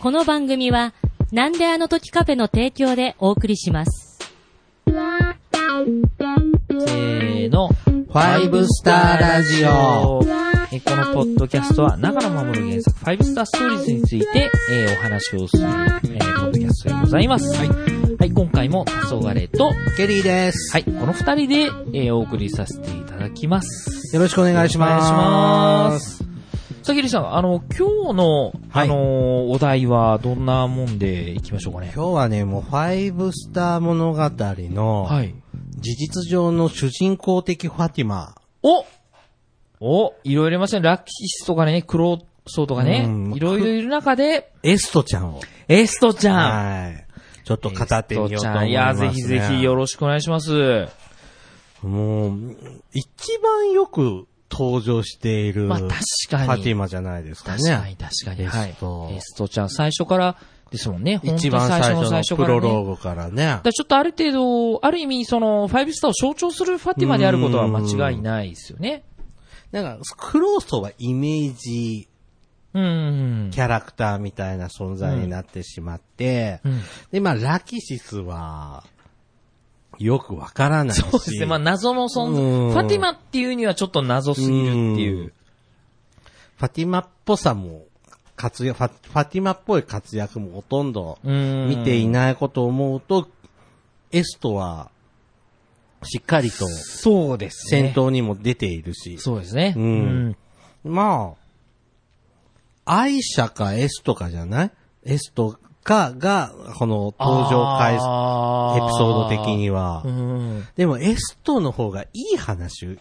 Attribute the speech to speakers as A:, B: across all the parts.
A: この番組は、なんであの時カフェの提供でお送りします。
B: せーの。
C: ファイブスターラジオ。
B: えこのポッドキャストは、長野守る原作、ファイブスターストーリーズについて、えーお話をする、えーポッドキャストでございます。はい。はい、今回も、黄昏と、は
C: ケリーです。
B: い、この二人で、えーお送りさせていただきます。
C: よろしくお願いします。
B: お願いします。さきりさん、あの、今日の、
C: はい
B: あの、お題は、どんなもんでいきましょうかね。
C: 今日はね、もうファイブスター物語の、
B: はい。
C: 事実上の主人公的ファティマ。
B: おおいろいろいますね。ラキスとかね、クロソとか
C: うん
B: ね、いろいろいる中で、
C: エストちゃんを。
B: エストちゃん
C: はい。ちょっと語ってみようと思います、ね。
B: いや、ぜひぜひよろしくお願いします。
C: もう、一番よく登場している、
B: まあ確かに
C: ファティマじゃないですかね。
B: 確かに確かに。
C: エ
B: は
C: スト
B: い。エストちゃん、最初からですもんね。
C: 一番最初の
B: 本当に
C: プロ
B: ね
C: ローグからね
B: だか。らちょっとある程度、ある意味、その、ファイブスターを象徴するファティマであることは間違いないですよね。
C: なんか、クローソはイメージ
B: うん。
C: キャラクターみたいな存在になってしまって、
B: うん
C: で、まあ、ラキシスは、よくわからないし。
B: そうですね。まあ、謎の存
C: うん。
B: 在。ファティマっていうにはちょっと謎すぎるっていううん
C: ファティマっぽさも、活躍、ファファティマっぽい活躍もほとんど
B: うん
C: 見ていないことを思うと、エストは、しっかりと
B: そうです
C: 戦
B: ね。
C: 闘にも出ているし、
B: そうですね。
C: うんまあ、愛者かエストかじゃないエストかが、この登場回数、エピソード的に
B: は。
C: は。
B: うん。
C: でもエストの方がいい話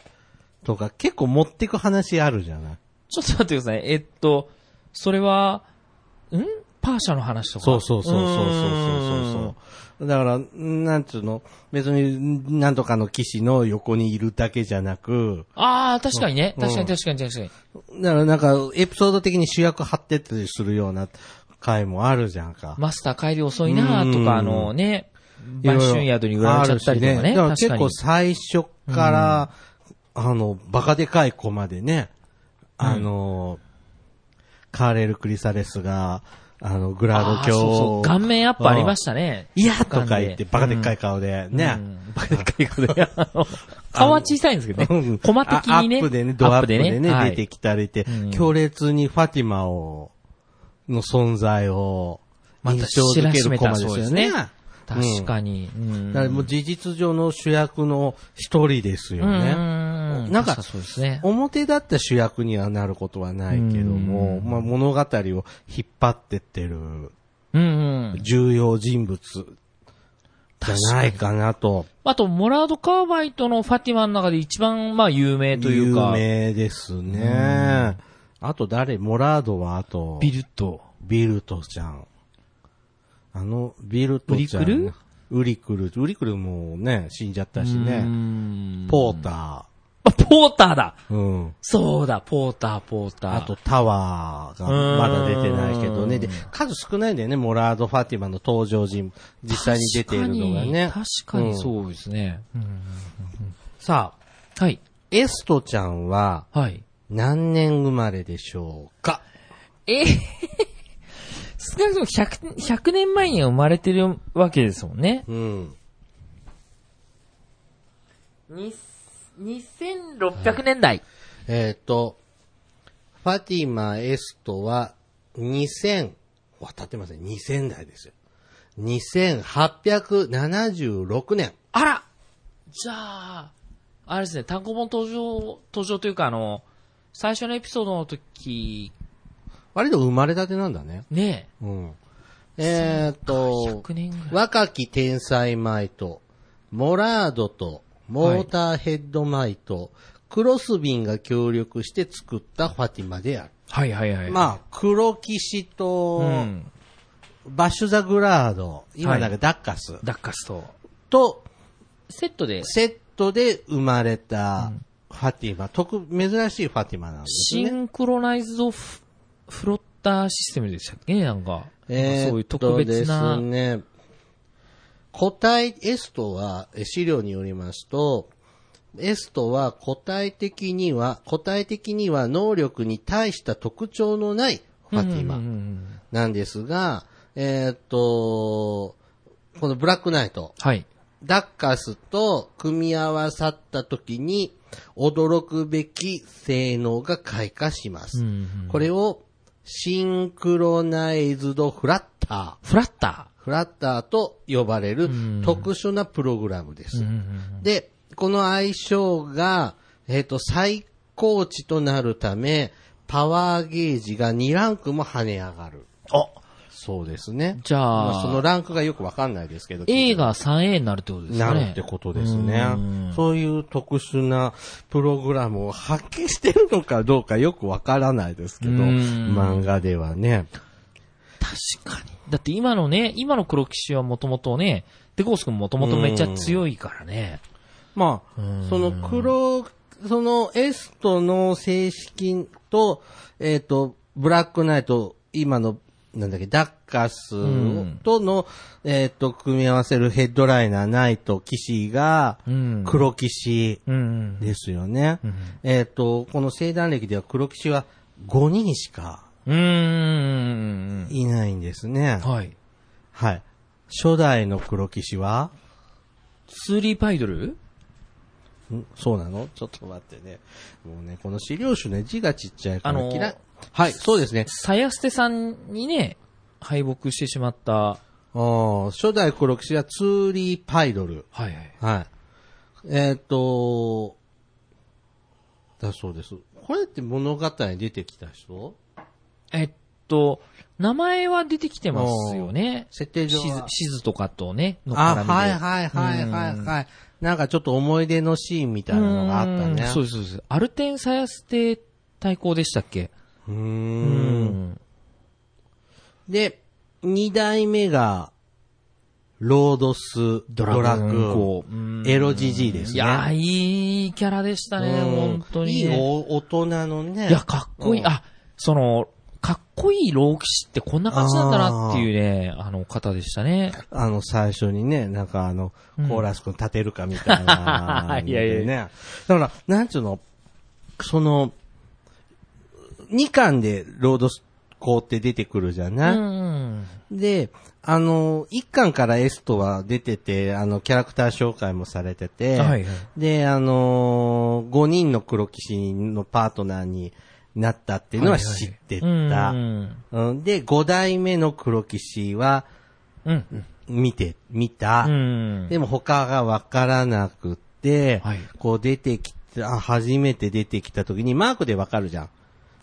C: とか結構持ってく話あるじゃない
B: ちょっと待ってください。えっと、それは、んパーシャの話とか。
C: そうそうそうそうそうそうそうそう。だから、なんつうの、別に、なんとかの騎士の横にいるだけじゃなく、
B: ああ、確かにね。
C: うん
B: 確かに確かに確かに。
C: だからなんか、エピソード的に主役張ってったりするような回もあるじゃんか。
B: マスター帰り遅いなーと
C: うん
B: か、あのね、売春宿に売られちゃったりとか
C: あるし
B: ね。
C: だか
B: 確
C: ら結
B: かに
C: 構最初から、あの、バカでかい子までね、あの、カーレル・クリサレスが、あの、グラード
B: あー
C: 教
B: そうそう
C: を
B: 顔面アップありましたね。
C: いやとか言って、バカでっかい顔で、ね。
B: うんバカでっかいことで。あの 顔は小さいんですけど
C: うん
B: ね。コマ的にね。
C: あアップでね、ドアップでね、
B: はい
C: 出てきたりって、
B: うん
C: 強烈にファティマを、の存在を、
B: また
C: 印象づけるコマです
B: 知らしめたそうで
C: よ
B: す
C: ね。
B: ね
C: だか
B: 確かに。うん
C: らもう事実上の主役の一人ですよ
B: う
C: ね。
B: ん
C: なんか
B: 確そうですね。
C: 表だった主役にはなることはないけども、まあ物語を引っ張ってってる
B: うんうん。
C: 重要人物じゃないかなと。
B: あと、モラード・カーバイトのファティマの中で一番、まあ、有名というか、
C: 有名ですね。あと誰モラードはあと、
B: ビルト。
C: ビルトちゃん。あの、ビルトちゃん。
B: ウリクル
C: ウリクル。ウリクルもね、死んじゃったし
B: う
C: ね。
B: ん
C: ポータ
B: あ、ポーターだ
C: ー。うん。
B: そうだ、ポーター、ポーター。
C: あと、タワーがまだ出てないけどね。
B: うん
C: で、数少ないんだよね、モラード・ファティマの登場人物。実際に出ているのがね。
B: 確かに確かにそ
C: うん
B: うですね。うん
C: さあ、
B: はい、
C: エストちゃんは
B: はい。
C: 何年生まれでしょうか
B: えー少なくとも 100, 100年前には生まれてるわけですもんね。
C: うん。
B: 2600年代。
C: えっ、と、ファティマ・エストは2000、渡ってません、2000代ですよ。2876年。
B: あらじゃあ、あれですね、単行本登場、登場というかあの、最初のエピソードの時、
C: 割と生まれたてなんだね。
B: ね
C: うん。えっ、と、
B: 100年ぐらい
C: 若き天才マイト、モラードとモーターヘッドマイト、クロスビンが協力して作ったファティマである。
B: はいはいはい。あ、
C: まあ、黒騎士と、
B: うん。
C: バッシュザグラード、今
B: は
C: なんか
B: い
C: ダッカス、
B: ダッカスと。
C: と、
B: セットで、
C: セットで生まれたファティマ、特、珍しいファティマなんです
B: シ
C: ね。
B: ンクロナイズドフフロッターシステムでしたっけねなんか。
C: えーっと
B: そういう特別な。
C: ですね。個体、エストは、え資料によりますと、エストは個体的には、個体的には能力に対した特徴のないファティマ。
B: うん
C: なんですが、えーっと、このブラックナイト、
B: はい。
C: ダッカスと組み合わさった時に、驚くべき性能が開花しま
B: う
C: す。
B: ん
C: これを、シンクロナイズドフラッター、
B: フラッタ
C: フラッターと呼ばれる
B: うん
C: 特殊なプログラムで
B: ー。うん。
C: す
B: うん
C: で、この相性が、えっ、と、最高値となるため、パワーゲージが2ランクも跳ね上がる。
B: あ、
C: そうですね。
B: じゃあ
C: まそのランクがよくわかんないですけど。
B: A が 3A になるってことです
C: な
B: かね。
C: るってことです
B: うん
C: ね。そういう特殊なプログラムを発揮してるのかどうかよくわからないですけど、
B: うん
C: 漫画ではね。
B: 確かに。だって今のね、今の黒騎士はもともとね、デコース君もともとめっちゃ強いからね。
C: まあ、その黒、そのエストの正式と、えっ、と、ブラックナイト、今の、なんだっけ、ダッカス
B: ん
C: との、えっ、と、組み合わせるヘッドライナー、ナイト、騎士が
B: う、ん。
C: 黒騎士
B: うん。
C: ですよね。
B: ん
C: えっ、と、この聖断歴では黒騎士は5人しか
B: うん。うん。
C: いないんですね。
B: はい。
C: はい。初代の黒騎士は、
B: スリーパイドル
C: んそうなのちょっと待ってね。もうね、この資料種ね、字がちっちゃいから
B: あのー
C: 嫌い。はい、そうですね。
B: サヤステさんにね、敗北してしまった。は
C: あー初代黒騎士はツーリーパイドル。
B: いはい。
C: はい。えっ、とだそうです。これって物語に出てきた人
B: えっと、名前は出てきてますよね。
C: 設定
B: シ
C: 上
B: ズ
C: は。
B: シズとかとね、の
C: あ、
B: 絡みで。
C: はいはいはいはいはい。なんかちょっと思い出のシーンみたいなのがあったね。
B: うんそうです、そうです。アルテンサヤステ対抗でしたっけ
C: うー。
B: うん
C: で、二代目が、ロードス、ドラク、
B: こううん
C: エロジジイですね。
B: いやー、いいキャラでしたね、
C: うん
B: 本当に
C: いい
B: ね、
C: お大人のね。
B: いや、かっこいい。
C: うん
B: あ、その、かっこいい老騎士ってこんな感じなんだなっていうね、あの方でしたね。
C: あの、最初にね、なんかあの、コーラス君立てるかみた い
B: はは
C: な、
B: いやいやい
C: ね。だから、なんちゅうの、その、2巻でロードス校って出てくるじゃ
B: う
C: ない、
B: ん。
C: で、あの、1巻からエストは出てて、あの、キャラクター紹介もされてて、
B: はいはい
C: で、あのー、5人の黒騎士のパートナーになったっていうのは知ってた。
B: うん。
C: うんで、5代目の黒騎士は
B: うん。
C: 見て、見
B: う
C: た。
B: ん。
C: でも他がわからなくて、
B: はい
C: こう出てきた、あ初めて出てきた時にマークでわかるじゃん。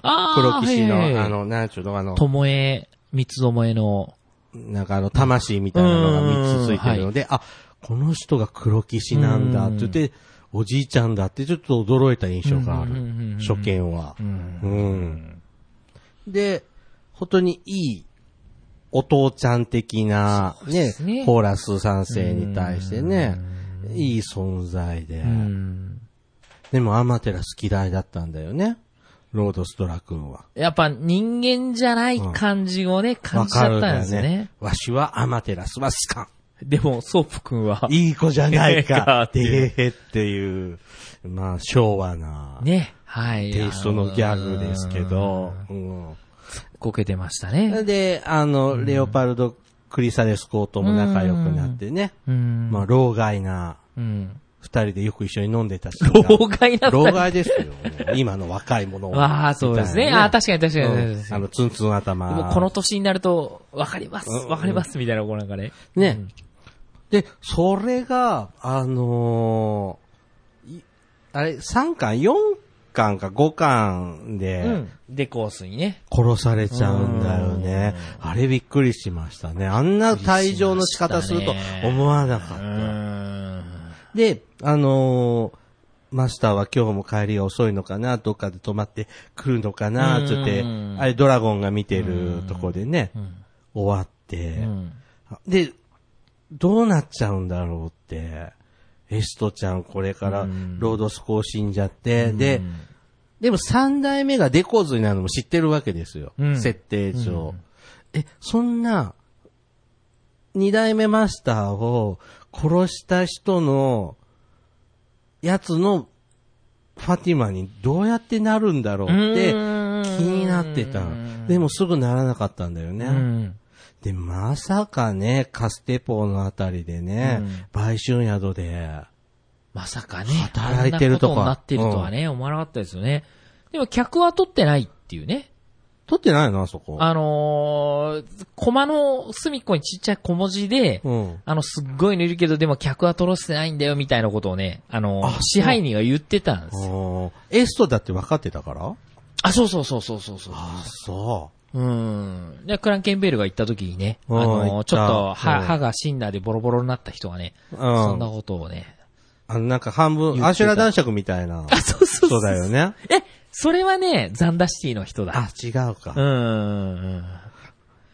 B: あー
C: 黒騎士の、
B: はいはい
C: あの、なんちゅうの、あの、
B: ともえ、三つどもえの、
C: なんかあの、魂みたいなのが3つついてるので、あ、この人が黒騎士なんだって言って、おじいちゃんだってちょっと驚いた印象がある
B: うんうんうんうんうん。
C: 初見は。うんで、本当にいい、お父ちゃん的な、ね
B: すね、
C: ホーラス三世に対してね、いい存在で。
B: うん。
C: でもアマテラス嫌いだったんだよね。ロードストラ君は。
B: やっぱ人間じゃない感じをね、感じちゃったんですよ
C: わかるんだよ
B: ね。
C: わしはアマテラスは好かん。
B: でも、ソープ君は、
C: いい子じゃないか
B: っ
C: ってて
B: い
C: いう、まあ、昭和な、
B: ね、はい。
C: テイストのギャグですけど。うん
B: こけてましたね。
C: で、あの、レオパルド・クリサレスコートも仲良くなってね。
B: うん。
C: まあ、老害な、
B: うん。
C: 二人でよく一緒に飲んでたし。
B: 老害な
C: 老
B: った。
C: 害ですよ。今の若い者 を。
B: わあ、そうですね。ああ、確かに確かに確かに
C: うんあの、ツンツン頭。
B: もうこの年になると、わかります、わかります、みたいな、こうなんかね。
C: ね。で、それが、あのーいあれ、3巻、4巻か5巻
B: う
C: で
B: ん。で、コースにね。
C: 殺されちゃうんだよね。あれびっくりしましたね。あんな退場の仕方すると思わなかっ
B: う
C: た。
B: ーん。
C: で、あのーマスターは今日も帰りが遅いのかな、どっかで泊まってくるのかな、つって
B: うん、
C: あれドラゴンが見てるとこでね、終わって、
B: うん。
C: で、どうなっちゃうんだろうって。エストちゃんこれからロードスコー死んじゃって、で、でも三代目がデコーズになるのも知ってるわけですよ。
B: うん
C: 設定上、え、そんな、二代目マスターを殺した人の、やつの、ファティマにどうやってなるんだろうって、
B: うん
C: 気になってた
B: うん
C: の。でもすぐならなかったんだよ
B: う
C: ね。
B: ん。
C: で、まさかね、カステポーのあたりでね、売春宿で、
B: まさかね、
C: 働いてるとか
B: あんなことになってるとはね、思わなかったですよね。でも客は取ってないっていうね。
C: 撮ってないのあそこ。
B: あのー、コマの隅っこにちっちゃい小文字で、
C: うん。
B: あの、すっごいのいるけど、でも客は取らせてないんだよ、みたいなことをね、あのー
C: あそう
B: 支配人が言ってたんですよ。
C: おーエストだって分かってたから
B: あ、そうそうそうそうそうそう。
C: ああ、そ
B: うん。で、クランケンベールが行った時にね、あ
C: うん行
B: のー、
C: った
B: ちょっと歯、
C: うん
B: 歯が死んだでボロボロになった人がね、
C: う。うん。
B: そんなことをね。
C: あの、なんか半
B: 言って
C: 分、
B: た
C: アシュラ男爵みたいな
B: あ、 そうそう
C: 人だよね。
B: え、それはね、ザンダシティの人だ。
C: あ、違うか。
B: うんうん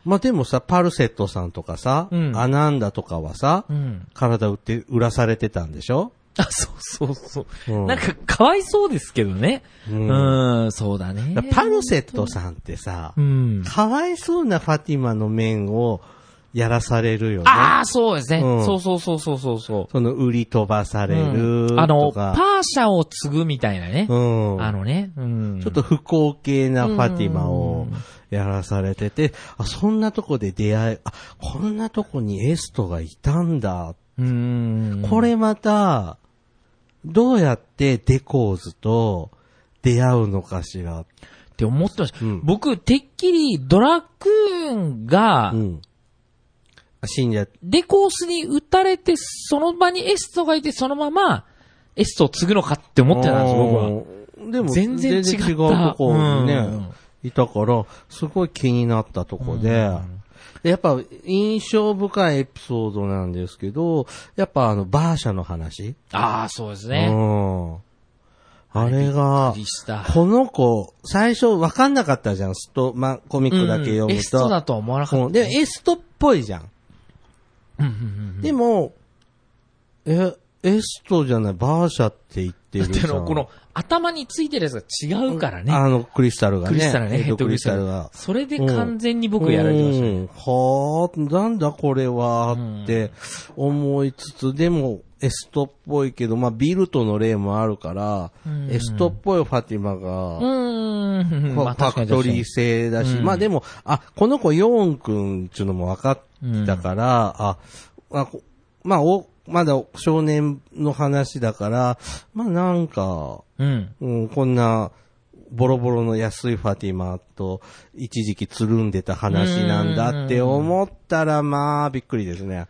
C: まあ、でもさ、パルセットさんとかさ、
B: うん
C: アナンダとかはさ、
B: うん。うん。
C: 体売って、売らされてたんでしょ
B: あ、そうそうそう。
C: うん
B: なんか、かわいそうですけどね。
C: う
B: うんん、そうだね。
C: パルセットさんってさ、
B: うん。
C: かわいそうなファティマの面をやらされるよね。
B: ああ、そうですね。
C: うん
B: そうそうそうそうそうそ
C: その売り飛ばさ
B: う。
C: れ
B: う
C: る
B: んあの、
C: と
B: パ
C: か。
B: ーシャを継ぐみたいなね。
C: うん。
B: あのね。うん。
C: ちょっと不幸系なファティマをやらされてて、あ、そんなとこで出会え、あ、こんなとこにエストがいたんだ。
B: うん。
C: これまた、どうやってデコーズと出会うのかしら。
B: って思ってました。
C: うん
B: 僕、てっきりドラクーンが
C: う、ん。あ死んじゃっ
B: デコースに撃たれて、その場にエストがいて、そのまま、エストを継ぐのかって思ってたんです、僕は。
C: 僕は。でも、
B: 全
C: 全
B: 然違
C: 然
B: った
C: 違うとこにね、
B: うん
C: いたから、すごい気になったとこで、でやっぱ印象深いエピソードなんですけど、やっぱあの、バーシャの話。
B: ああ、そうです
C: う
B: ね。
C: ん。あれが
B: びっくり、した。
C: この子、最初分かんなかったじゃん、スト、ま、コミックだけ
B: う
C: 読むと。
B: んエストだとは思わなかった。
C: うんで、エストっぽいじゃん。
B: うんうんうん
C: でも、え、エストじゃない、バーシャって言って
B: だ
C: る
B: っ
C: じ
B: て
C: ゃ
B: あの
C: ん。
B: この頭についてるやつが違うからね。
C: あの、クリスタルが
B: ク
C: ね。
B: リスタルね、
C: ヘ
B: ヘ
C: ッ
B: ッド
C: ド
B: ク
C: ク
B: リ
C: リ
B: ス
C: ス
B: タ
C: タ
B: ル
C: ル
B: が
C: が。。
B: それで完全に僕やられてましたね。
C: うんはあ、なんだこれはって思いつつ、でも、エストっぽいけど、まあ、ビルトの例もあるから、エストっぽいファティマ
B: う
C: が、
B: ん。うん
C: ファファクトリー。製だし、まあでも、あ、この子ヨーン君っていうのも分かったから、あ、あこまあ、お、まだ少年の話だから、まあなんか、
B: うん。
C: うん、こんな、ボロボロの安いファティマと、一時期つるんでた話なんだって思ったら、まあ、びっくりですね。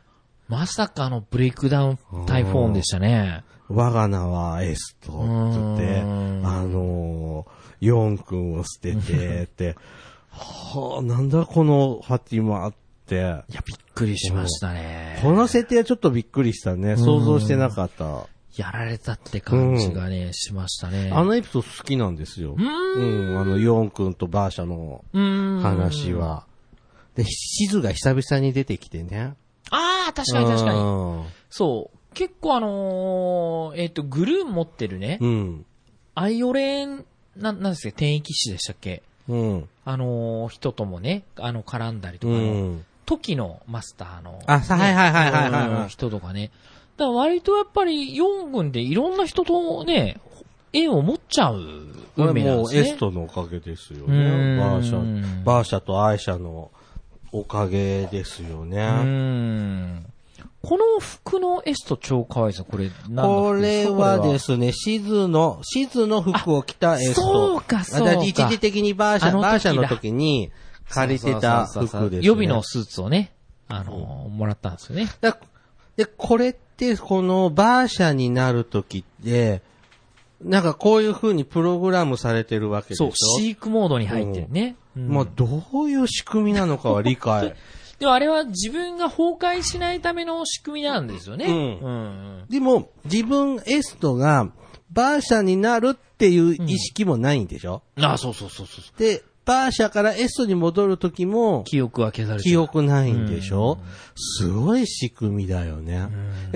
B: まさかのブレイクダウンタイフォーンでしたね。
C: 我が名はエストって言って、
B: う
C: あ
B: ん
C: のー、ヨン君を捨てて、って、はあ、なんだこのファティマって。
B: いや、びっくりしましたね。
C: この設定はちょっとびっくりしたね。想像してなかった。
B: やられたって感じがね、しましたね。
C: あのエピソード好きなんですよ。うん、あの、ヨン君とバーシャの
B: うん。
C: 話は。で、地図が久々に出てきてね。
B: ああ、確かに確か
C: う
B: に。
C: ん
B: そう。結構あのー、えっと、グルーン持ってるね、
C: うん。
B: アイオレン、な、なんですか、天域士でしたっけ
C: うん。
B: あのー、人ともね、あの、絡んだりと
C: う
B: かの、
C: ん。
B: 時のマスターの。
C: あさはいはいはいはいはいはい
B: うん人とかね。だから割とやっぱり、4軍でいろんな人とね、縁を持っちゃう
C: こ
B: 運
C: れ
B: 命なんで
C: もう
B: すね。
C: エストのおかげですよ
B: うん
C: ね。バーシャ、バーシャとアイシャのおかげですよ
B: う
C: ね。
B: ん。この服のエスト超可愛いですよ。これ、何の
C: こ
B: 服で
C: れ
B: すか
C: はですね、シズの、シズの服を着たエスト。
B: そうかそうか
C: あだ一時的にバーシ
B: あ
C: ャ、
B: の時だ
C: バーシャの時に借りてた服ですね。
B: 予備のスーツをね、あのー、もらったんですよね。
C: だで、これって、このバーシャになるときって、なんかこういう風にプログラムされてるわけでし
B: そう
C: ょ、
B: 飼育モードに入ってるね。うん
C: まあ、どういう仕組みなのかは理解。
B: でもあれは自分が崩壊しないための仕組みなんですよね。
C: うん
B: うん
C: でも、自分エストがバーシャになるっていう意識もないんでしょ、
B: うんあ、そうそうそうそうそう。
C: で、バーシャからエストに戻るときも、
B: 記憶は消されて
C: 記憶ないんでしょ、すごい仕組みだよね。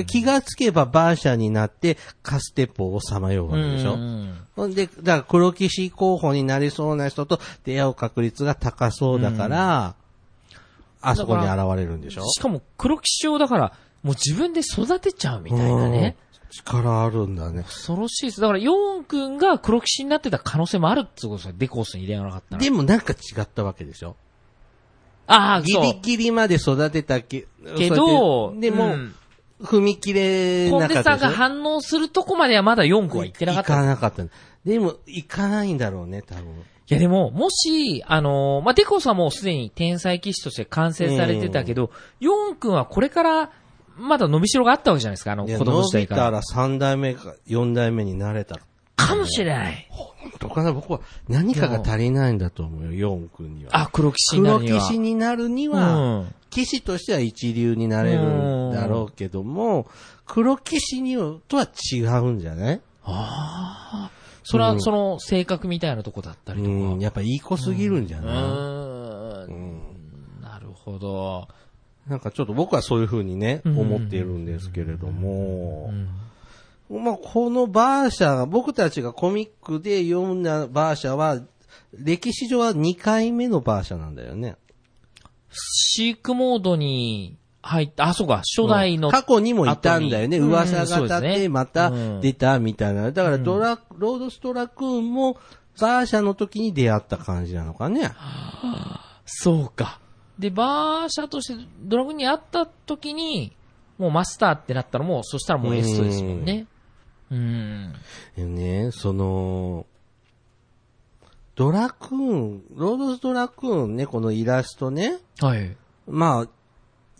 C: 気がつけばバーシャになってカステポをさまようわけでしょ、
B: うん
C: ほんで、だから黒騎士候補になりそうな人と出会う確率が高そうだから、あそこに現れるんでしょ
B: しかも黒騎士をだから、もう自分で育てちゃうみたいなね。
C: 力あるんだね。
B: 恐ろしいです。だから、ヨーン君が黒騎士になってた可能性もあるってことですよ。デコースに入れなかったら。
C: でもなんか違ったわけでしょ
B: ああ、
C: ギ
B: そう
C: リ。ギリまで育てたけ
B: けど
C: 育ててでも、
B: うん
C: 踏み切れ
B: コン
C: な
B: デ
C: か
B: ン
C: っ
B: サ
C: た
B: ー
C: でしょ
B: が反応するとこまではまだ4個は行ってなかっ
C: 行
B: た。い
C: かなかった。でも、行かないんだろうね、多分。
B: やでも、もし、あのーまあ、デコさんもうすでに天才騎士として完成されてたけど、ヨーン君はこれから、まだ伸びしろがあったわけじゃないですか、あの
C: いや
B: 子供時
C: 伸
B: 代
C: び
B: か
C: た
B: ら。
C: ら3代目か4代目になれた。
B: かもしれない。
C: 本当かな僕は何かが足りないんだと思うよ、ヨン君には。
B: あ、黒騎士にな
C: 黒
B: るに
C: 騎
B: は。
C: 士になるに
B: う
C: は
B: ん、
C: 騎士としては一流になれるんだろうけども、黒騎士にはとは違うんじゃない
B: それ
C: う
B: は、
C: ん
B: その、性格みたいなとこだったり
C: う
B: とか。
C: ん、やっぱいい子すぎるんじゃ
B: う
C: な
B: ーん。なるほど。
C: いなんかちょっと僕はそういう風にね、
B: ん
C: 思っているんですけれども、まあこのバーシャが、僕たちがコミックで読んだバーシャは、歴史上は2回目のバーシャなんだよね。
B: 飼育モードに入った、あ、そうか、初代の、
C: 過去にもいたんだよね。
B: 後に
C: 噂
B: うんそ
C: が
B: うです
C: 立っ
B: ね
C: て、また出たみたいな。だからドラ、ロードストラクーンも、バーシャの時に出会った感じなのかね。
B: そうか。で、バーシャとしてドラグに会った時に、もうマスターってなったのも、そしたらもうエストですもんね。うん。
C: でね、その、ドラクーン、ロードストラクーンね、このイラストね。
B: はい。
C: まあ、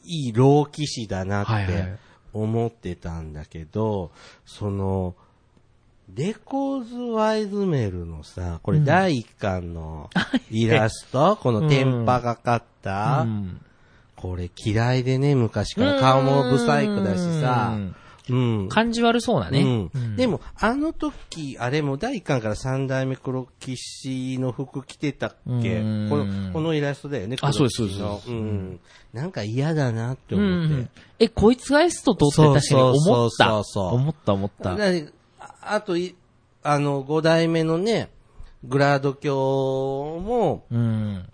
C: いい老騎士だな
B: はい
C: っ
B: は
C: て
B: い
C: 思ってたんだけど、その、レコーズ・ワイズメルのさ、これ第1 巻のイラスト、この天パがかった、
B: うん。
C: これ嫌いでね、昔から顔もブサイクだしさ、うん。
B: 感じ悪そうなね。
C: うんでも、あの時、あれも第1巻から3代目黒騎士の服着てたっけ
B: うん
C: このこのイラストだよね、
B: あそうです
C: 黒騎士の
B: そうです
C: うん。なんか嫌だなって
B: う
C: 思って。
B: ん。え、こいつがエストとって確かに思った。
C: そうそうそうそう
B: 思った思った。
C: だああとい、あの、5代目のね、グラード教も、
B: うん。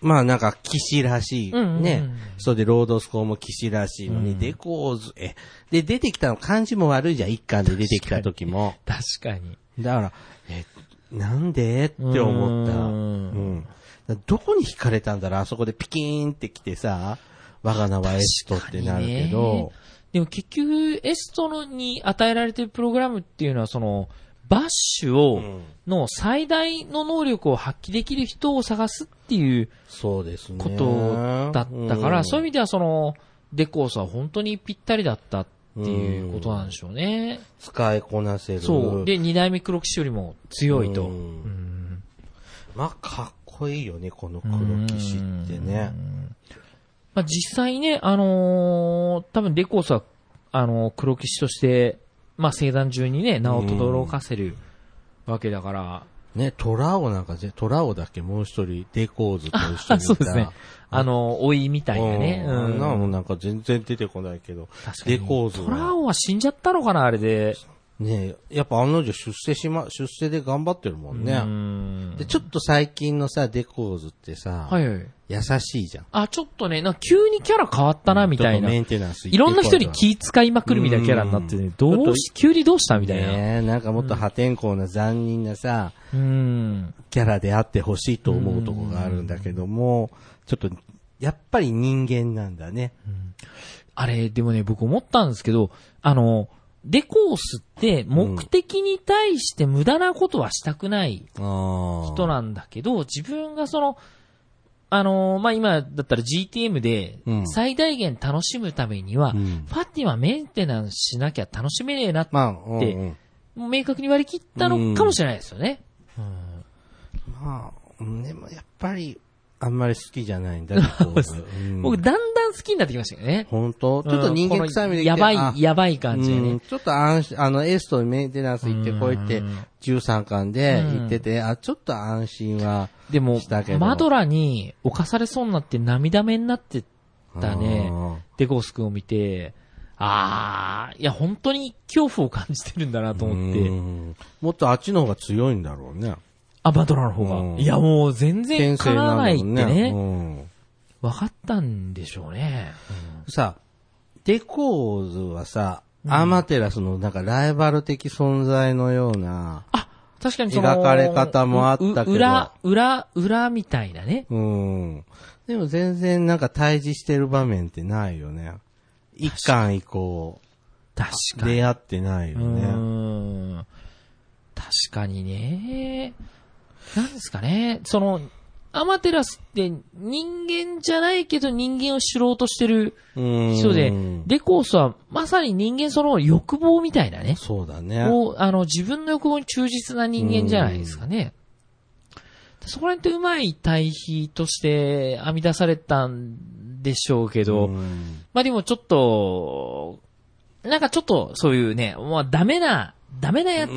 C: まあなんか騎士らしい、
B: うんうんうん
C: ね。それでロードスコーも騎士らしいのに、デコーズ、え。で、出てきたの、漢字も悪いじゃん、一巻で出てきた時も。
B: 確かに。
C: だから、え、なんでって思った。
B: う
C: うんん。だからどこに惹かれたんだろうあそこでピキーンって来てさ、我が名はエストってなるけど、
B: でも結局、エストのに与えられてるプログラムっていうのは、その、バッシュを、
C: ん
B: の最大の能力を発揮できる人を探すっていう
C: そうですね。
B: ことだったから、そういう意味ではその、デコースは本当にぴったりだったっていうことなんでしょうね。
C: 使いこなせる。
B: そう。で、二代目黒騎士よりも強いと。
C: うん
B: うん
C: まあ、かっこいいよね、この黒騎士ってね。
B: まあ、実際ね、あのー多分デコースは、あのー黒騎士として、まあ、生誕中にね、名を轟かせるわけだから、
C: ね、トラオなんかぜ、トラオだっけもう一人、デコーズと一緒
B: あ
C: にい た。
B: そうですね。あのー老いみたいなね。
C: う
B: うん。
C: あんなんもんなんか全然出てこないけど
B: 確、かに
C: デコーズ
B: トラ
C: は。
B: オは死んじゃったのかな、あれで。
C: ねやっぱ案の定出世しま、出世で頑張ってるもんね。
B: うん。
C: で、ちょっと最近のさ、デコーズってさ、
B: はいはい。
C: 優しいじゃん。
B: あ、ちょっとね、なんか急にキャラ変わったな、みたい
C: ちょっと
B: な。
C: メ
B: い
C: ンテナンス
B: ろんな人に
C: い
B: 気遣いまくるみたいなキャラになってね、どうし、急にどうしたみたいな。
C: ねえなんかもっと破天荒な残忍なさ、
B: うん。
C: キャラであってほしいと思うとこがあるんだけども、ちょっと、やっぱり人間なんだね。
B: あれ、でもね、僕思ったんですけど、あの、デコースって目的に対して無駄なことはしたくない人
C: 人
B: なんだけど、自分がその、あのーまあ、今だったら GTM で
C: うん
B: 最大限楽しむためには、
C: うん
B: パティはメンテナンスしなきゃ楽しめねえな、
C: まあ、うん
B: で
C: うん
B: もう明確に割り切ったのかもしれないですよね。
C: まあ、うんでもやっぱり、あんまり好きじゃないんだけどうん
B: 僕、だんだん好きになってきましたよね。
C: 本当ちょっと人間臭みで
B: やば
C: あ
B: い、やばい感じで
C: うん
B: ね。
C: ちょっと安心、あの、エースとメンテナンス行ってこいって、13巻で行ってて、あ、ちょっと安心は、
B: でも
C: したけ、ど
B: マドラに侵されそうになって涙目になってたね。デコース君を見て、あー、いや、本当に恐怖を感じてるんだなと
C: うん。
B: 思って。
C: うんもっとあっちの方が強いんだろうね。
B: アバドラの方
C: うん
B: が。いや、もう全然
C: 天性
B: かなわ
C: な
B: ないっ
C: の
B: て
C: ね。
B: ね。
C: うん
B: 分かったんでしょうね。
C: さ、デコーズはさ、アマテラスのなんかライバル的存在のような、
B: あ、確かにその、
C: 描かれ方もあったけど
B: うう裏、裏、裏みたいなね。
C: うん。でも全然なんか対峙してる場面ってないよね。一巻以降、
B: 確かに。
C: 出会ってないよ
B: う
C: ね。
B: ん。確かにね。なんですかね。その、アマテラスって人間じゃないけど人間を知ろうとしてる
C: うん。
B: 人で、デコースはまさに人間その欲望みたいなね。
C: そうだね。
B: を、あの、自分の欲望に忠実な人間じゃないですかね。そこら辺ってうまい対比として編み出されたんでしょうけど、
C: うん
B: まあでもちょっと、なんかちょっとそういうね、まあダメな、ダメなやつっ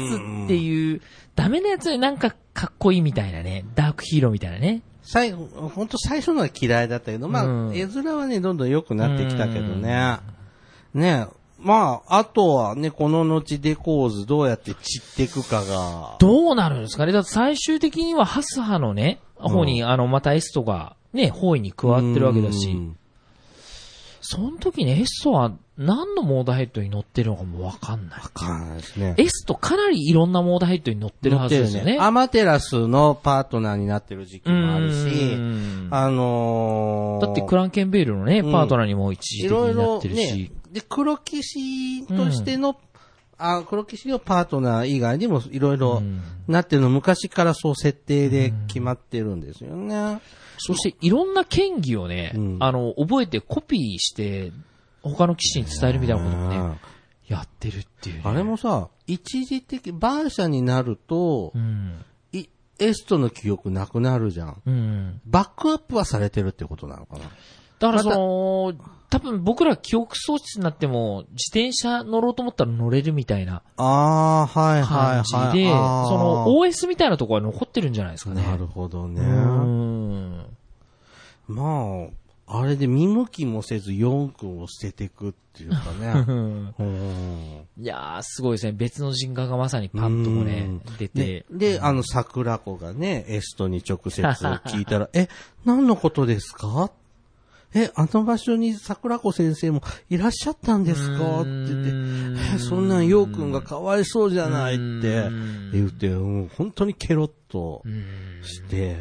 B: ていう、ダメなやつになんかかっこいいみたいなね、ダークヒーローみたいなね。
C: 最後、ほんと最初のは嫌いだったけど、まあ、
B: うん
C: 絵面はね、どんどん良くなってきたけどね。ねまあ、あとはね、この後デコーズどうやって散っていくかが。
B: どうなるんですかねだって最終的にはハスハのね、方に、あの、またエストがね、方位に加わってるわけだし、
C: うん
B: その時にエストは何のモードヘッドに乗ってるのかもわかんない。
C: わかんないですね。
B: エストかなりいろんなモードヘッドに乗ってるはずですよね。
C: アマテラスのパートナーになってる時期
B: うん
C: もあるし、あのー、
B: だってクランケンベールのね、
C: うん
B: パートナーにも一時
C: い
B: 的
C: ろい
B: にな
C: ろ
B: ってるし。
C: ね、で、黒騎士としての、あ、黒騎士のパートナー以外にもいろいろ
B: うん
C: なってるの、昔からそう設定で決まってるんですよね。
B: そしていろんな剣技をね、
C: うん
B: あの、覚えてコピーして、他の騎士に伝えるみたいなこともね、やってるっていうね、
C: あれもさ、一時的、バーシャになると
B: う、ん。
C: いエストの記憶なくなるじゃん。
B: うん。
C: バックアップはされてるってことなのかな
B: だからその、多分僕ら記憶装置になっても、自転車乗ろうと思ったら乗れるみたいな
C: ああ、はい
B: 感じで、そ
C: あー
B: の OS みたいなところは残ってるんじゃないですかね。
C: なるほどね
B: う。ん。
C: まあ、あれで見向きもせず4区を捨てていくっていうか ね。うん
B: いやー、すごいですね。別の人格がまさにパンともね
C: うん、
B: 出
C: で
B: て。、
C: で、あの、桜子がね、エストに直接聞い たら、え、何のことですかえ、あの場所に桜子先生もいらっしゃったんですかって言って、えそんなんようくんがかわいそうじゃないって言って、うん本当にケロッとして、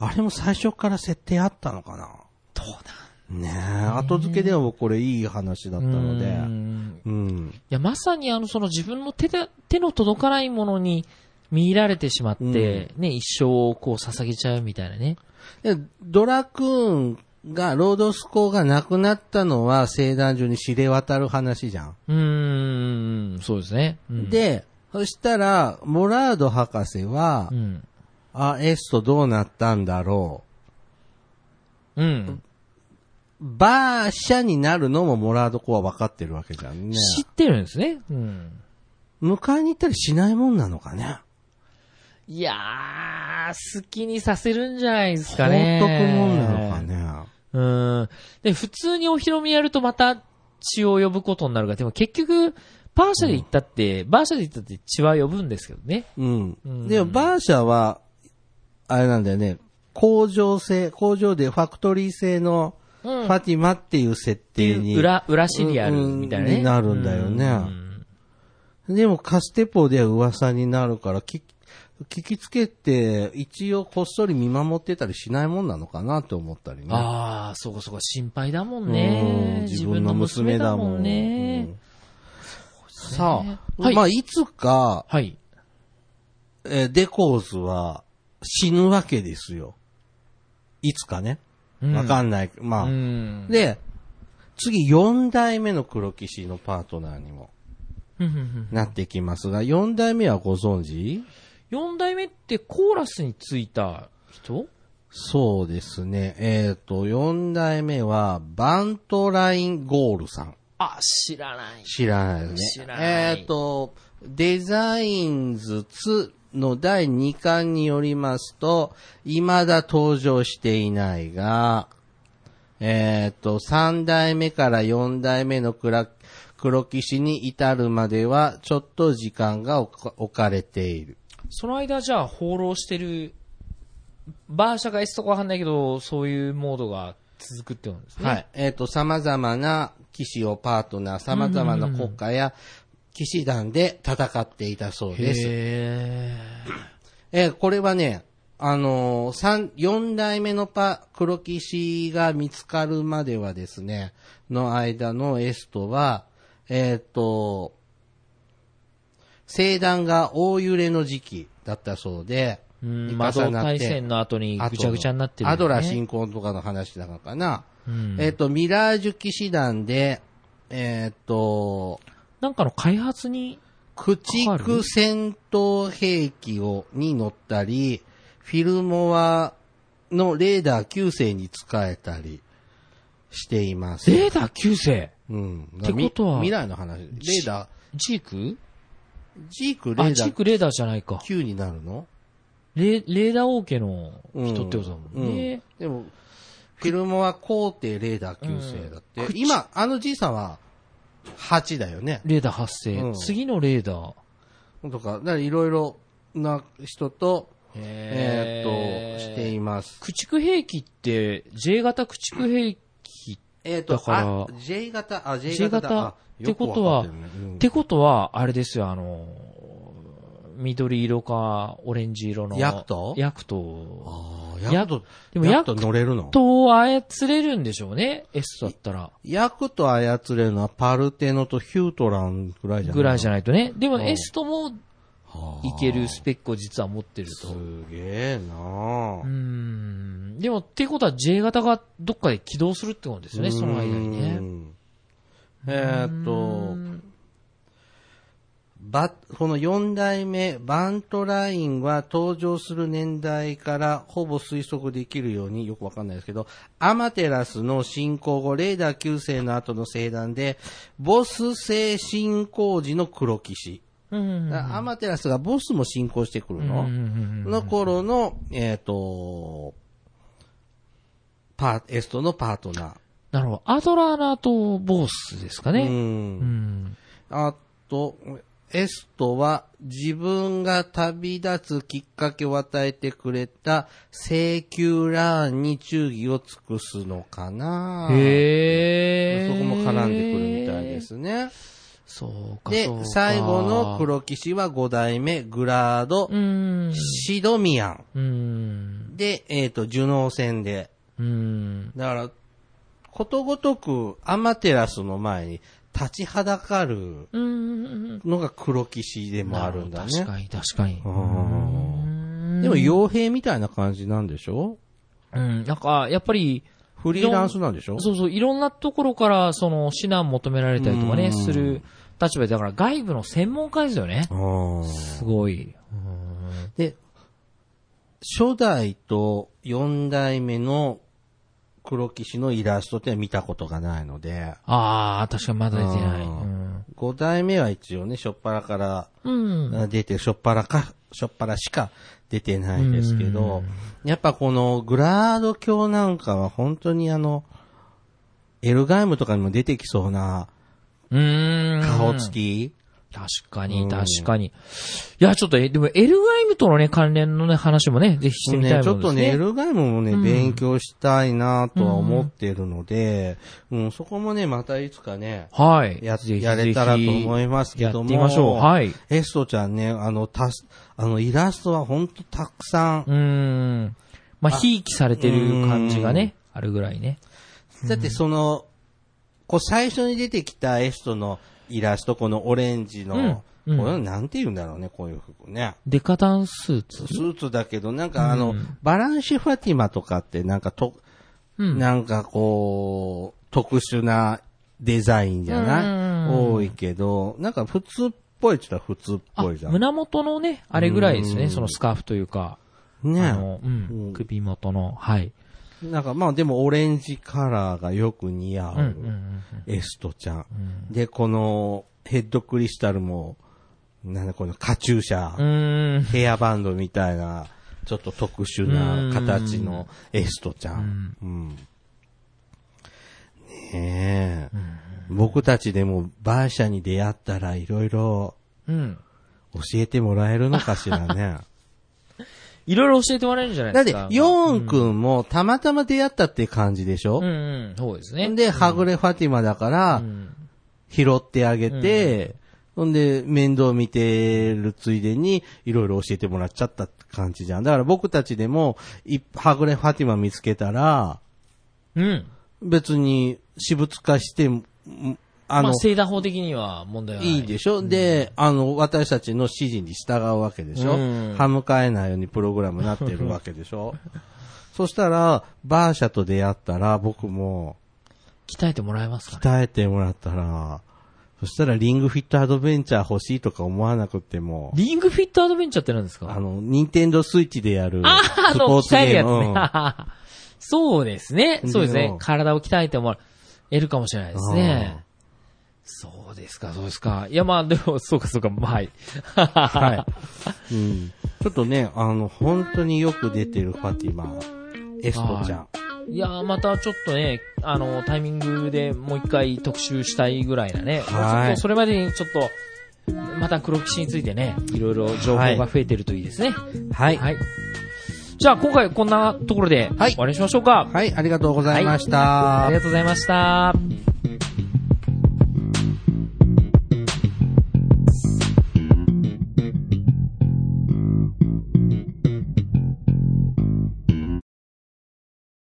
C: あれも最初から設定あったのかな
B: どうだ
C: ねえ、後付けでは僕これいい話だったので、
B: うん
C: うん。
B: いや、まさにあの、その自分の手で、手の届かないものに見入られてしまって、
C: うん
B: ね、一生をこう捧げちゃうみたいなね。
C: でドラクーンが、ロードスコーが亡くなったのは、聖壇中に知れ渡る話じゃん。
B: うーん、そうですね。うん、
C: で、そしたら、モラード博士は、
B: うん。
C: あ、エストどうなったんだろ
B: うん。
C: う。バーシャになるのもモラードコは分かってるわけじゃんね。
B: 知ってるんですね。うん。
C: 迎えに行ったりしないもんなのかね。
B: いやー、好きにさせるんじゃないです
C: 放
B: か
C: っとく
B: ね。
C: もんなのかね。
B: うん。で、普通にお披露目やるとまた血を呼ぶことになるが、でも結局、バーシャで行ったって、バーシャで行ったって血は呼ぶんですけどね。
C: うん。でも、バーシャは、あれなんだよね、工場製、工場でファクトリー製のフ
B: うん
C: ァティマっていう設定に。
B: 裏、裏シリアルみたいな
C: うん
B: ね。
C: になるんだよね
B: うん
C: でも、カステポでは噂になるから、聞き、聞きつけて、一応こっそり見守ってたりしないもんなのかなと思ったりね。
B: ああ、そこそこ心配だも
C: うんん、
B: ね。
C: 自分の娘だもん。
B: ね
C: うん。さあ、
B: はい
C: まあ、いつか、
B: はい。
C: えーデコーズは死ぬわけですよ。いつかね。
B: うん
C: わかんない。まあ、
B: うん。
C: で、次4代目の黒騎士のパートナーにも
B: うんうんうん
C: なってきますが、4代目はご存知
B: 四代目ってコーラスについた人
C: そうですね。えっ、と、4代目はバントライン・ゴールさん。
B: あ、知らない。
C: 知らないですね。
B: 知らない
C: えっ、と、デザインズ2の第2巻によりますと、未だ登場していないが、えっ、と、3代目から4代目の黒黒騎士に至るまでは、ちょっと時間が置か置かれている。
B: その間じゃあ放浪してる、バーシャかエスとかわかんないけど、そういうモードが続くってことですね。
C: はい。えっ、と、様々な騎士をパートナー、様々な国家や騎士団で戦っていたそうです。
B: へ
C: えーこれはね、あのー三、四代目のパ、黒騎士が見つかるまではですね、の間のエストは、えっ、と、聖団が大揺れの時期だったそうで、
B: ー。うん、
C: に
B: 魔
C: 重
B: 導
C: なっ
B: 大
C: て
B: 戦の後にぐちゃぐちゃになってる、
C: アドラ進行とかの話だからかな。
B: うん
C: えっ、と、ミラージュ騎士団で、えっ、と、
B: なんかの開発に、
C: 駆逐戦闘兵器を、に乗ったり、フィルモアのレーダー9世に使えたりしています。
B: レーダー9世
C: うん。
B: ってことは
C: み未来の話。レーダ
B: ジーク
C: ー、ジークレ
B: あ、
C: ー
B: ジ
C: ダ
B: ー
C: ー
B: クレーダーじゃないか。
C: 9になるの
B: レレーダー王家の
C: うん
B: 人ってことだもんね。
C: うんでも、フィルモア皇帝レーダー9世だって。今、あのじいさんは8だよね。
B: レーダー発生、
C: うん
B: 次のレーダー。
C: とか、だからいろいろな人と、え
B: え
C: ーっと、しています。
B: 駆逐兵器って、J 型駆逐兵器
C: えっ、と、
B: だから
C: あ J 型、あ、J
B: J
C: 型だ。
B: 型
C: あ
B: ってことは
C: よくわかってるねうん
B: ってことは、あれですよ、あの、緑色かオレンジ色の。
C: ヤクト
B: ヤクト
C: あ
B: や
C: ーヤクト、
B: でもヤ
C: クト
B: ク
C: 乗れるの
B: トを操れるんでしょうね、S だったら。
C: ヤクト操れるのはパルテノとヒュートランぐらいじゃない
B: ぐらいじゃ
C: ない。
B: ないとね。でも
C: うん
B: S とも
C: はい
B: けるスペックを実は持ってると。う
C: すげえなあ
B: ーん。でも、ってことは J 型がどっかで起動するってことですよね、その間に
C: う
B: ね。
C: んえーっと、バこの4代目、バントラインは登場する年代からほぼ推測できるようによくわかんないですけど、アマテラスの進行後、レーダー9世の後の聖団で、ボス制進行時の黒騎士。
B: うん。
C: だからアマテラスがボスも進行してくる
B: うんう
C: の。
B: ん
C: の頃の、えーっ、と、パー、エストのパートナ
B: なるほど。アドラーナとボースですか
C: ー。う
B: ね。
C: ん
B: うん。
C: あと、エストは自分が旅立つきっかけを与えてくれた請求ラーンに忠義を尽くすのかな
B: へえ。
C: そこも絡んでくるみたいで。すね。
B: そうか。
C: で
B: そう、か
C: 最後の。黒騎士は五代目グラード
B: う、ん。
C: シドミアン。
B: うん。
C: で、えっ、と、ジュノー戦で。
B: うん。
C: だから、ことごとくアマテラスの前に立ちはだかる
B: うん。
C: のが黒騎士でもあるんだね。
B: 確かに、確かに。
C: うんでも、傭兵みたいな感じなんでしょ
B: うん。なんか、やっぱり、
C: フリーランスなんでしょ
B: そうそう、いろんなところから、その、指南求められたりとか
C: う
B: ね、
C: ん
B: する立場で、だから外部の専門家ですよね。
C: あー
B: すごい。
C: で、初代と四代目の黒騎士のイラストって見たことがないので、
B: ああ、確かにまだ出てない。
C: う
B: うん。
C: 五代目は一応ね、しょっぱらから
B: うん。
C: あ出て、しょっぱらか、しょっぱらしか出てないですけど、やっぱこのグラード教なんかは本当にあの、エルガイムとかにも出てきそうな
B: うん。
C: 顔つき、
B: 確かに、確かに。いや、ちょっと、えでも、エルガイムとのね、関連のね、話もね、ぜひしてみたいもん
C: ね、
B: で
C: ち
B: すね。
C: ょっとね、エルガイムもね、
B: ん
C: 勉強したいなとは思ってるので、うん、そこもね、またいつかね、
B: はい。
C: や、
B: ぜひ
C: やれたらと思
B: ぜ
C: います
B: ひ
C: け
B: や
C: ど
B: っ
C: も。
B: てみましょう。はい。う
C: エストちゃんね、あの、たす、あの、イラストはほんとたくさん。
B: ーん。まあ、ひいきされてる感じがね、あるぐらいね。
C: だってその、こう最初に出てきたエストのイラスト、このオレンジの、
B: うんうん
C: これなんて言うんだろうね、こういう服ね。
B: デカダンスーツ。
C: スーツだけど、なんかあの、バランシュ・ファティマとかってなんかと、
B: うん
C: なんかこう、特殊なデザインじゃない、多いけど、なんか普通っぽいって言ったら普通っ
B: あ
C: ぽいじゃん。ね
B: 胸元のね、あれぐらいですね、そのスカーフというか。あの、う
C: うん
B: ん。首元の、はい。
C: なんかまあでもオレンジカラーがよく似合う、エストちゃん,、で、このヘッドクリスタルも、なんだこのカチューシャ、
B: うーん。
C: ヘアバンドみたいな、ちょっと特殊な形のエストちゃん。うん。ねえ、僕たちでもバーシャに出会ったらいろいろ
B: うん。
C: 教えてもらえるのかしらね。
B: いろいろ教えてもらえるんじゃない
C: だっ
B: で
C: て
B: すか。、
C: ヨーンくんもたまたま出会ったって感じでしょ、
B: うんうん、そうですね。
C: んで、はぐれファティマだから、拾ってあげて、ほんで、面倒見てるついでに、いろいろ教えてもらっちゃったって感じじゃん。だから僕たちでも、いはぐれファティマ見つけたら、
B: うん。
C: 別に私物化しても、んあ
B: ま
C: の
B: あ、、正打法的には問題はない。
C: いいでしょ、で、あの、私たちの指示に従うわけでしょ、
B: うん
C: 歯向かえないようにプログラムになってるわけでし ょそしたら、バーシャと出会ったら、僕も、
B: 鍛えてもらえますかね。
C: 鍛えてもらったら、そしたらリングフィットアドベンチャー欲しいとか思わなくても、
B: リングフィットアドベンチャーって何ですか
C: あの、ニンテンドースイッチでやる、
B: あ
C: ス
B: あの、
C: ポーツ
B: 鍛える
C: ゲ
B: や
C: ー
B: つ
C: ム。
B: ね。 そうですね。そうです
C: う
B: ね
C: ん。
B: 体を鍛えてもらえるかもしれないですね。そうですか、そうですか。いや、まあ、でも、そうか、そうか、まあ、はい。は
C: うんうんちょっとね、あの、本当によく出てるファティマ、エストちゃん。
B: い。いや、またちょっとね、あの、タイミングでもう一回特集したいぐらいなね。
C: はい
B: もうそそれまでにちょっと、また黒騎士についてね、いろいろ情報が増えてるといいですね。
C: は。
B: はいい。じゃあ、今回こんなところで、
C: はい
B: 終わりにしましょうか。
C: はい、ありがとうございました。
B: ありがとうございました。